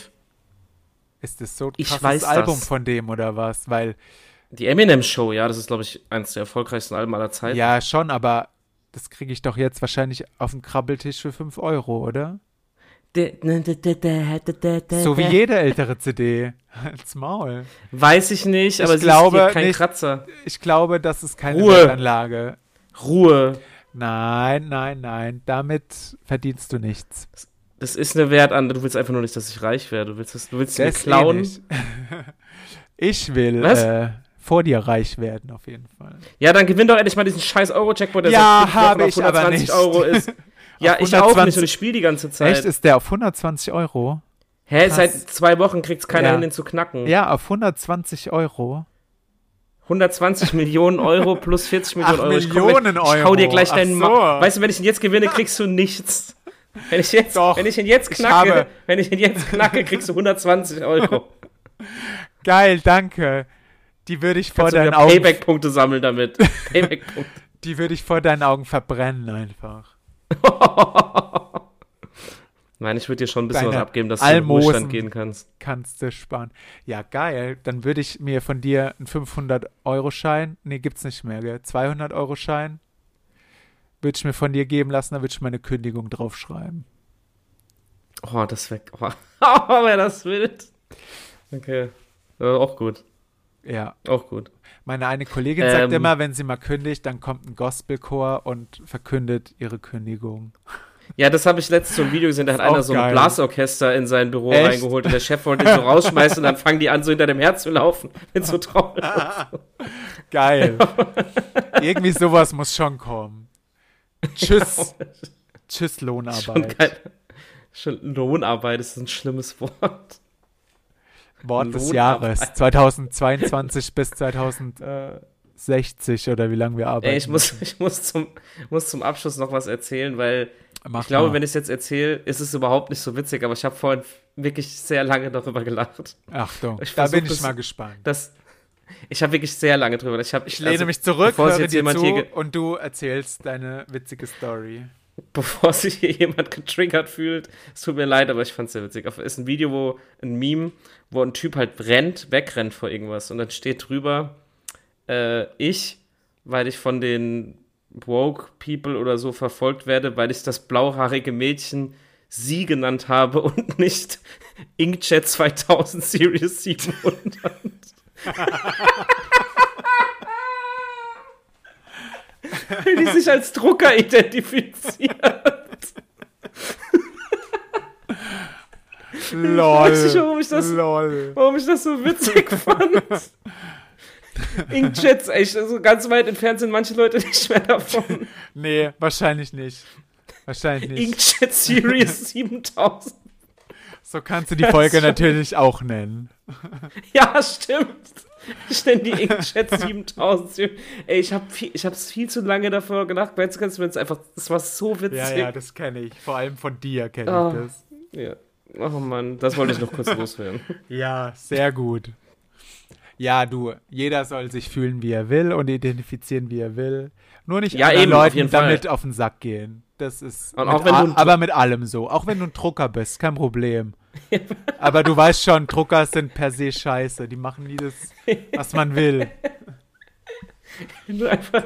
Speaker 2: Ist das so ein
Speaker 1: Ich
Speaker 2: krasses
Speaker 1: weiß das.
Speaker 2: Album von dem oder was? Weil,
Speaker 1: Die Eminem-Show, ja, das ist, glaube ich, eins der erfolgreichsten Alben aller Zeiten.
Speaker 2: ja, schon, aber das kriege ich doch jetzt wahrscheinlich auf dem Krabbeltisch für 5 Euro, oder?
Speaker 1: Äh,
Speaker 2: So wie jede ältere CD. Halt's Maul.
Speaker 1: Weiß ich nicht, aber
Speaker 2: Ich
Speaker 1: es
Speaker 2: glaube
Speaker 1: ist hier kein
Speaker 2: nicht.
Speaker 1: Kratzer.
Speaker 2: Ich glaube, das ist keine
Speaker 1: Ruhe.
Speaker 2: Wertanlage.
Speaker 1: Ruhe.
Speaker 2: Nein, nein, nein. Damit verdienst du nichts.
Speaker 1: Das ist eine Wertanlage. Du willst einfach nur nicht, dass ich reich werde. Du willst, das, du willst mir
Speaker 2: Das eh
Speaker 1: klauen.
Speaker 2: nicht. Ich will
Speaker 1: Was?
Speaker 2: äh, vor dir reich werden, auf jeden Fall.
Speaker 1: Ja, dann gewinn doch endlich mal diesen scheiß Euro-Checkpoint, der
Speaker 2: Ja,
Speaker 1: seit fünf Wochen
Speaker 2: habe
Speaker 1: auf
Speaker 2: ich aber
Speaker 1: 120
Speaker 2: nicht.
Speaker 1: Euro ist. Ja,
Speaker 2: Auf
Speaker 1: ich auch nicht
Speaker 2: 120
Speaker 1: und ich spiele die ganze Zeit.
Speaker 2: Echt? Ist der auf 120 Euro?
Speaker 1: Hä,
Speaker 2: krass.
Speaker 1: seit zwei Wochen kriegt's keiner
Speaker 2: Ja.
Speaker 1: hin, den zu knacken.
Speaker 2: Ja, auf 120 Euro.
Speaker 1: 120 Millionen Euro plus 40 Millionen
Speaker 2: Ach,
Speaker 1: Euro. Ich komm
Speaker 2: Millionen
Speaker 1: gleich- Ich hau dir
Speaker 2: Euro.
Speaker 1: gleich deinen
Speaker 2: Ach so.
Speaker 1: Ma Weißt du, wenn ich ihn jetzt gewinne, kriegst du nichts. Wenn ich jetzt,
Speaker 2: Doch,
Speaker 1: wenn ich ihn jetzt
Speaker 2: ich
Speaker 1: knacke,
Speaker 2: habe-
Speaker 1: wenn ich ihn jetzt knacke, kriegst du 120 Euro.
Speaker 2: Geil, danke. Die würde ich vor
Speaker 1: Kannst du
Speaker 2: deinen
Speaker 1: wieder
Speaker 2: Augen,
Speaker 1: Payback-Punkte sammeln damit. Payback-Punkte.
Speaker 2: die würde ich vor deinen Augen verbrennen einfach.
Speaker 1: Nein, ich würde dir schon ein bisschen was
Speaker 2: Deine
Speaker 1: abgeben, dass du in den
Speaker 2: Almosen.
Speaker 1: Ruhestand gehen kannst.
Speaker 2: Kannst du sparen. Ja, geil. Dann würde ich mir von dir einen 500-Euro-Schein, nee, gibt's nicht mehr, gell? 200-Euro-Schein würde ich mir von dir geben lassen, da würde ich meine Kündigung draufschreiben.
Speaker 1: Oh, das wäre. Oh, wär das wild. Okay. Äh, auch gut.
Speaker 2: Ja.
Speaker 1: Auch gut.
Speaker 2: Meine eine Kollegin
Speaker 1: Ähm.
Speaker 2: sagt immer, wenn sie mal kündigt, dann kommt ein Gospelchor und verkündet ihre Kündigung.
Speaker 1: Ja, das habe ich letztens so ein Video gesehen, da hat
Speaker 2: Ist auch
Speaker 1: einer so ein
Speaker 2: geil.
Speaker 1: Blasorchester in sein Büro
Speaker 2: Echt?
Speaker 1: reingeholt und der Chef wollte ihn so rausschmeißen und dann fangen die an, so hinter dem Herz zu laufen, wenn so traurig
Speaker 2: Geil. Irgendwie sowas muss schon kommen. Tschüss. Tschüss,
Speaker 1: schon
Speaker 2: Lohnarbeit.
Speaker 1: kein, schon Lohnarbeit ist ein schlimmes Wort.
Speaker 2: Wort des
Speaker 1: Lohnarbeit.
Speaker 2: Jahres. 2022 bis 2060
Speaker 1: Äh,
Speaker 2: oder wie lange wir arbeiten.
Speaker 1: ey, ich muss, ich muss zum, muss zum Abschluss noch was erzählen, weil
Speaker 2: Mach
Speaker 1: ich glaube,
Speaker 2: mal.
Speaker 1: wenn ich es jetzt erzähle, ist es überhaupt nicht so witzig, aber ich habe vorhin wirklich sehr lange darüber gelacht.
Speaker 2: Achtung,
Speaker 1: ich
Speaker 2: da bin
Speaker 1: versuch
Speaker 2: ich
Speaker 1: das-
Speaker 2: mal gespannt.
Speaker 1: Das, ich habe wirklich sehr lange drüber. Ich, hab,
Speaker 2: Ich lehne
Speaker 1: also,
Speaker 2: mich zurück,
Speaker 1: bevor es
Speaker 2: höre
Speaker 1: jetzt
Speaker 2: dir
Speaker 1: jemand
Speaker 2: zu
Speaker 1: hier ge-
Speaker 2: und du erzählst deine witzige Story.
Speaker 1: bevor sich hier jemand getriggert fühlt. Es tut mir leid, aber ich fand's sehr witzig. Es ist ein Video, wo ein Meme, wo ein Typ halt rennt, wegrennt vor irgendwas und dann steht drüber, äh, ich, weil ich von den woke people oder so verfolgt werde, weil ich das blauhaarige Mädchen sie genannt habe und nicht Inkjet 2000 Series 700. Weil die sich als Drucker identifiziert.
Speaker 2: Lol.
Speaker 1: nicht, warum ich das-
Speaker 2: Lol.
Speaker 1: warum ich das so witzig fand. Inkjets, echt, also ganz weit entfernt sind manche Leute nicht mehr davon.
Speaker 2: Nee, wahrscheinlich nicht. Wahrscheinlich nicht.
Speaker 1: Inkjet Series 7000.
Speaker 2: So kannst du die Folge natürlich auch nennen.
Speaker 1: Ja, stimmt. Ich nenne die Inkjet 7000 Series. Ey, ich habe viel, ich hab's viel zu lange davor gedacht. Weißt du, kannst du mir jetzt einfach, das war so witzig.
Speaker 2: Ja, ja, das kenne ich. Vor allem von dir kenne
Speaker 1: Ah.
Speaker 2: ich das.
Speaker 1: Ja. Oh Mann, das wollte ich noch kurz loswerden.
Speaker 2: Ja, sehr gut. Ja, du, jeder soll sich fühlen, wie er will und identifizieren, wie er will. Nur nicht
Speaker 1: Ja,
Speaker 2: anderen
Speaker 1: eben, auf
Speaker 2: Leuten
Speaker 1: jeden Fall.
Speaker 2: damit auf den Sack gehen. Das ist
Speaker 1: Und
Speaker 2: mit
Speaker 1: auch wenn
Speaker 2: a-
Speaker 1: du ein-
Speaker 2: aber mit allem so. Auch wenn du ein Drucker bist, kein Problem. aber du weißt schon, Drucker sind per se scheiße. Die machen nie das, was man will.
Speaker 1: Wenn du einfach.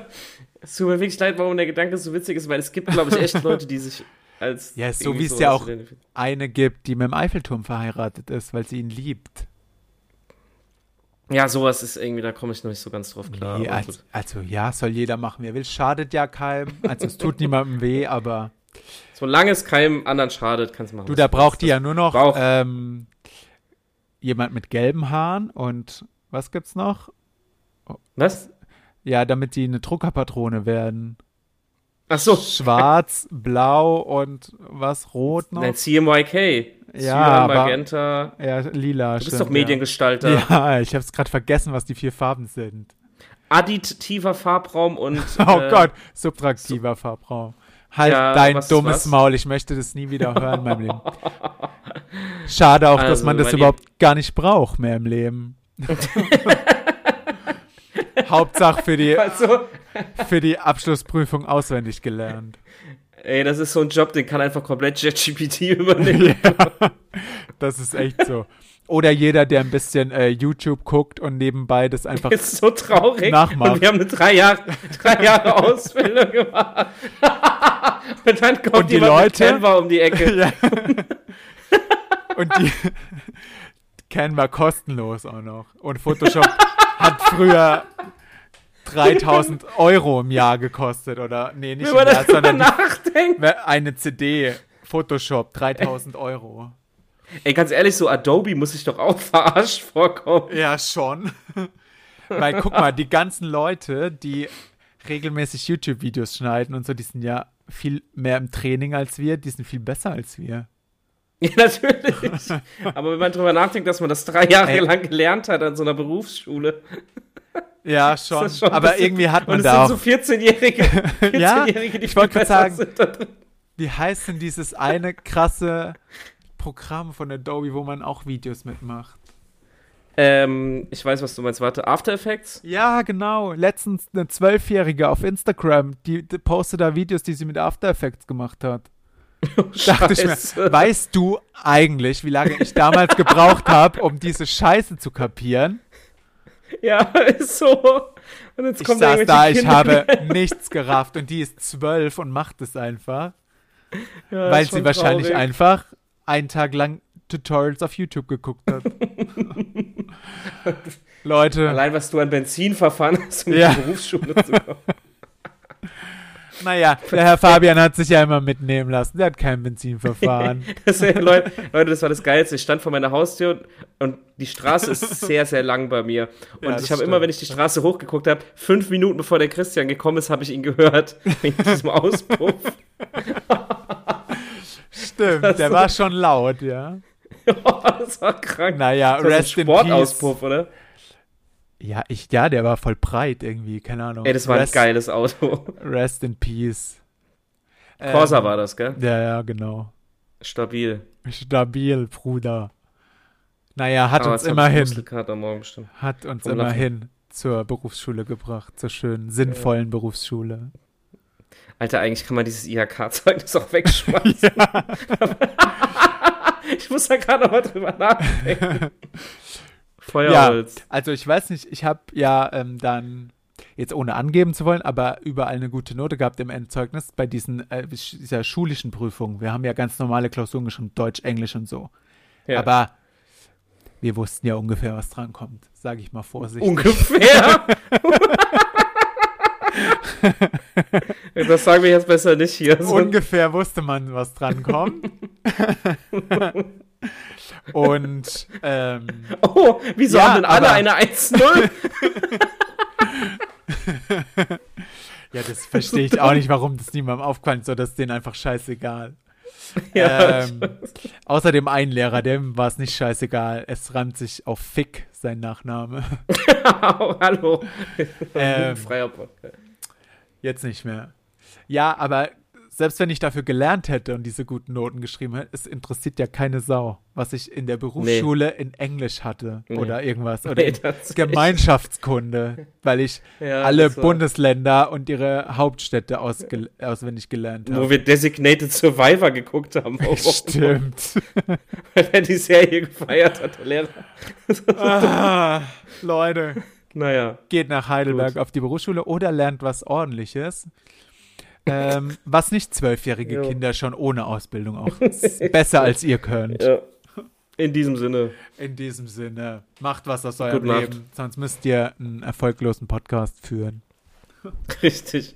Speaker 1: Es tut mir wirklich leid, warum der Gedanke so witzig ist, weil es gibt, glaube ich, echt Leute, die sich als.
Speaker 2: Ja, so
Speaker 1: irgendwie
Speaker 2: wie es ja
Speaker 1: sowas
Speaker 2: auch-
Speaker 1: identifizieren.
Speaker 2: Eine gibt, die mit dem Eiffelturm verheiratet ist, weil sie ihn liebt.
Speaker 1: Ja, sowas ist irgendwie, da komme ich noch nicht so ganz drauf klar.
Speaker 2: Nee,
Speaker 1: aber
Speaker 2: als,
Speaker 1: gut.
Speaker 2: also ja, soll jeder machen, wer will. Schadet ja keinem. Also es tut niemandem weh, aber
Speaker 1: Solange es keinem anderen schadet, kannst du machen.
Speaker 2: du,
Speaker 1: was
Speaker 2: da
Speaker 1: willst.
Speaker 2: braucht die ja nur noch
Speaker 1: braucht-
Speaker 2: ähm, jemand mit gelben Haaren und was gibt's noch?
Speaker 1: Was?
Speaker 2: Ja, damit die eine Druckerpatrone werden.
Speaker 1: Ach so.
Speaker 2: Schwarz, blau und was? Rot noch?
Speaker 1: Nein, CMYK.
Speaker 2: Ja,
Speaker 1: Cyan,
Speaker 2: aber-
Speaker 1: Magenta.
Speaker 2: Ja, lila.
Speaker 1: Du bist
Speaker 2: stimmt,
Speaker 1: doch Mediengestalter.
Speaker 2: Ja, ja ich hab's gerade vergessen, was die vier Farben sind.
Speaker 1: Additiver Farbraum und.
Speaker 2: Oh
Speaker 1: äh,
Speaker 2: Gott, subtraktiver Farbraum. Halt
Speaker 1: Ja,
Speaker 2: dein
Speaker 1: was ist
Speaker 2: dummes
Speaker 1: was?
Speaker 2: Maul, ich möchte das nie wieder hören in meinem Leben. Schade auch, dass
Speaker 1: Also,
Speaker 2: man das
Speaker 1: mein
Speaker 2: überhaupt gar nicht braucht mehr im Leben. Hauptsache für die,
Speaker 1: Also,
Speaker 2: für die Abschlussprüfung auswendig gelernt.
Speaker 1: ey, das ist so ein Job, den kann einfach komplett JetGPT übernehmen.
Speaker 2: ja, das ist echt so. Oder jeder, der ein bisschen äh, YouTube guckt und nebenbei das einfach
Speaker 1: Ist so traurig.
Speaker 2: Nachmachen.
Speaker 1: Und wir haben eine drei Jahre, drei Jahre Ausbildung gemacht. und dann kommt
Speaker 2: Und die
Speaker 1: jemand mit
Speaker 2: Leute?
Speaker 1: Canva um die Ecke.
Speaker 2: Ja. Und die Canva kostenlos auch noch. Und Photoshop hat früher 3000 Euro im Jahr gekostet. Oder, nee, nicht
Speaker 1: Wenn
Speaker 2: im
Speaker 1: man
Speaker 2: Jahr,
Speaker 1: darüber
Speaker 2: sondern die-
Speaker 1: nachdenkt.
Speaker 2: eine CD. Photoshop, 3000 Euro.
Speaker 1: Ey, ganz ehrlich, so Adobe muss ich doch auch verarscht vorkommen.
Speaker 2: Ja, schon. Weil guck mal, die ganzen Leute, die regelmäßig YouTube-Videos schneiden und so, die sind ja viel mehr im Training als wir, die sind viel besser als wir.
Speaker 1: Ja, natürlich. Aber wenn man darüber nachdenkt, dass man das drei Jahre
Speaker 2: Ey.
Speaker 1: lang gelernt hat an so einer Berufsschule.
Speaker 2: Ja,
Speaker 1: ist
Speaker 2: schon.
Speaker 1: das schon ein
Speaker 2: aber
Speaker 1: bisschen-
Speaker 2: irgendwie hat man
Speaker 1: Und es
Speaker 2: da
Speaker 1: sind so 14-Jährige, 14
Speaker 2: Ja,
Speaker 1: die
Speaker 2: ich wollte
Speaker 1: viel besser
Speaker 2: gerade sagen,
Speaker 1: sind da drin.
Speaker 2: Wie heißt denn dieses eine krasse Programm von Adobe, wo man auch Videos mitmacht?
Speaker 1: Ähm, ich weiß, was du meinst. Warte, After Effects?
Speaker 2: Ja, genau. Letztens eine Zwölfjährige auf Instagram, die, die postet da Videos, die sie mit After Effects gemacht hat. Dachte ich mir,
Speaker 1: Scheiße.
Speaker 2: weißt du eigentlich, wie lange ich damals gebraucht habe, um diese Scheiße zu kapieren?
Speaker 1: Ja, ist so. Und jetzt
Speaker 2: Ich
Speaker 1: kommt
Speaker 2: saß
Speaker 1: irgendwelche
Speaker 2: da, ich
Speaker 1: Kinder.
Speaker 2: habe nichts gerafft und die ist zwölf und macht es einfach,
Speaker 1: Ja,
Speaker 2: weil
Speaker 1: ist
Speaker 2: sie
Speaker 1: schon
Speaker 2: wahrscheinlich
Speaker 1: traurig.
Speaker 2: einfach einen Tag lang Tutorials auf YouTube geguckt hat. Leute,
Speaker 1: Allein, was du an Benzin verfahren hast, um
Speaker 2: Ja.
Speaker 1: in die Berufsschule zu kommen.
Speaker 2: Naja, der Herr Fabian hat sich ja immer mitnehmen lassen. Der hat kein Benzin verfahren.
Speaker 1: Deswegen, Leute, Leute, das war das Geilste. Ich stand vor meiner Haustür und, und die Straße ist sehr, sehr lang bei mir. Und
Speaker 2: Ja, das
Speaker 1: ich habe immer,
Speaker 2: stimmt.
Speaker 1: wenn ich die Straße hochgeguckt habe, fünf Minuten bevor der Christian gekommen ist, habe ich ihn gehört. Wegen diesem Auspuff.
Speaker 2: Stimmt, der war schon laut, ja.
Speaker 1: oh, das war krank.
Speaker 2: Naja,
Speaker 1: das war
Speaker 2: rest
Speaker 1: so ein
Speaker 2: in peace.
Speaker 1: Sportauspuff, oder?
Speaker 2: Ja, ich, ja, der war voll breit irgendwie, keine Ahnung.
Speaker 1: Ey, das war ein
Speaker 2: rest,
Speaker 1: geiles Auto.
Speaker 2: Rest in Peace.
Speaker 1: Corsa
Speaker 2: Ähm,
Speaker 1: war das, gell?
Speaker 2: Ja, ja, genau.
Speaker 1: Stabil.
Speaker 2: Stabil, Bruder. Naja, hat
Speaker 1: Aber Ah, jetzt
Speaker 2: uns
Speaker 1: hab ich
Speaker 2: immerhin,
Speaker 1: Muskelkater am Morgen bestimmt.
Speaker 2: hat uns
Speaker 1: vom Lachen.
Speaker 2: immerhin zur Berufsschule gebracht, zur schönen, sinnvollen Berufsschule.
Speaker 1: Alter, eigentlich kann man dieses IHK-Zeugnis auch wegschmeißen. ich muss da gerade nochmal drüber nachdenken. Feuerholz.
Speaker 2: Also ich weiß nicht, ich habe ja ähm, dann, jetzt ohne angeben zu wollen, aber überall eine gute Note gehabt im Endzeugnis bei diesen äh, sch- dieser schulischen Prüfung. Wir haben ja ganz normale Klausuren geschrieben, Deutsch, Englisch und so.
Speaker 1: Ja.
Speaker 2: Aber wir wussten ja ungefähr, was dran kommt, sage ich mal vorsichtig.
Speaker 1: Ungefähr. das sagen wir jetzt besser nicht hier. sonst-
Speaker 2: ungefähr wusste man, was dran kommt. und ähm,
Speaker 1: oh, wieso
Speaker 2: Ja,
Speaker 1: haben denn alle
Speaker 2: aber-
Speaker 1: eine 1-0?
Speaker 2: ja, das verstehe ich auch nicht, warum das niemandem aufgefallen ist, oder das ist denen einfach scheißegal.
Speaker 1: ja,
Speaker 2: ähm, außerdem ein Lehrer, dem war es nicht scheißegal. Es rannt sich auf Fick, sein Nachname.
Speaker 1: oh, hallo.
Speaker 2: Ähm.
Speaker 1: Freier Podcast.
Speaker 2: Jetzt nicht mehr. Ja, aber selbst wenn ich dafür gelernt hätte und diese guten Noten geschrieben hätte, es interessiert ja keine Sau, was ich in der Berufsschule in Englisch hatte
Speaker 1: Nee.
Speaker 2: oder irgendwas. Oder
Speaker 1: Nee,
Speaker 2: in
Speaker 1: das ist
Speaker 2: Gemeinschaftskunde, weil ich
Speaker 1: Ja,
Speaker 2: alle
Speaker 1: das war-
Speaker 2: Bundesländer und ihre Hauptstädte ausge auswendig gelernt
Speaker 1: Wo
Speaker 2: habe.
Speaker 1: wir Designated Survivor geguckt haben. Oh,
Speaker 2: Stimmt.
Speaker 1: Weil er die Serie gefeiert hat, der Lehrer.
Speaker 2: ah, Leute.
Speaker 1: Naja.
Speaker 2: geht nach Heidelberg auf die Berufsschule oder lernt was Ordentliches. Ähm, was nicht zwölfjährige
Speaker 1: Jo.
Speaker 2: Kinder schon ohne Ausbildung auch s- besser als ihr könnt.
Speaker 1: Ja. In diesem Sinne.
Speaker 2: In diesem Sinne, macht was aus eurem
Speaker 1: Gute Nacht.
Speaker 2: Leben, sonst müsst ihr einen erfolglosen Podcast führen.
Speaker 1: Richtig.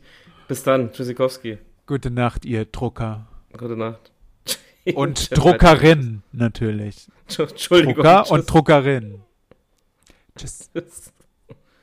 Speaker 1: Bis dann. Tschüssikowski.
Speaker 2: Gute Nacht, ihr Drucker.
Speaker 1: Gute Nacht.
Speaker 2: Und Druckerin natürlich.
Speaker 1: Entschuldigung.
Speaker 2: Drucker
Speaker 1: Tschüss.
Speaker 2: und Druckerin. Tschüss.
Speaker 1: Tschüss.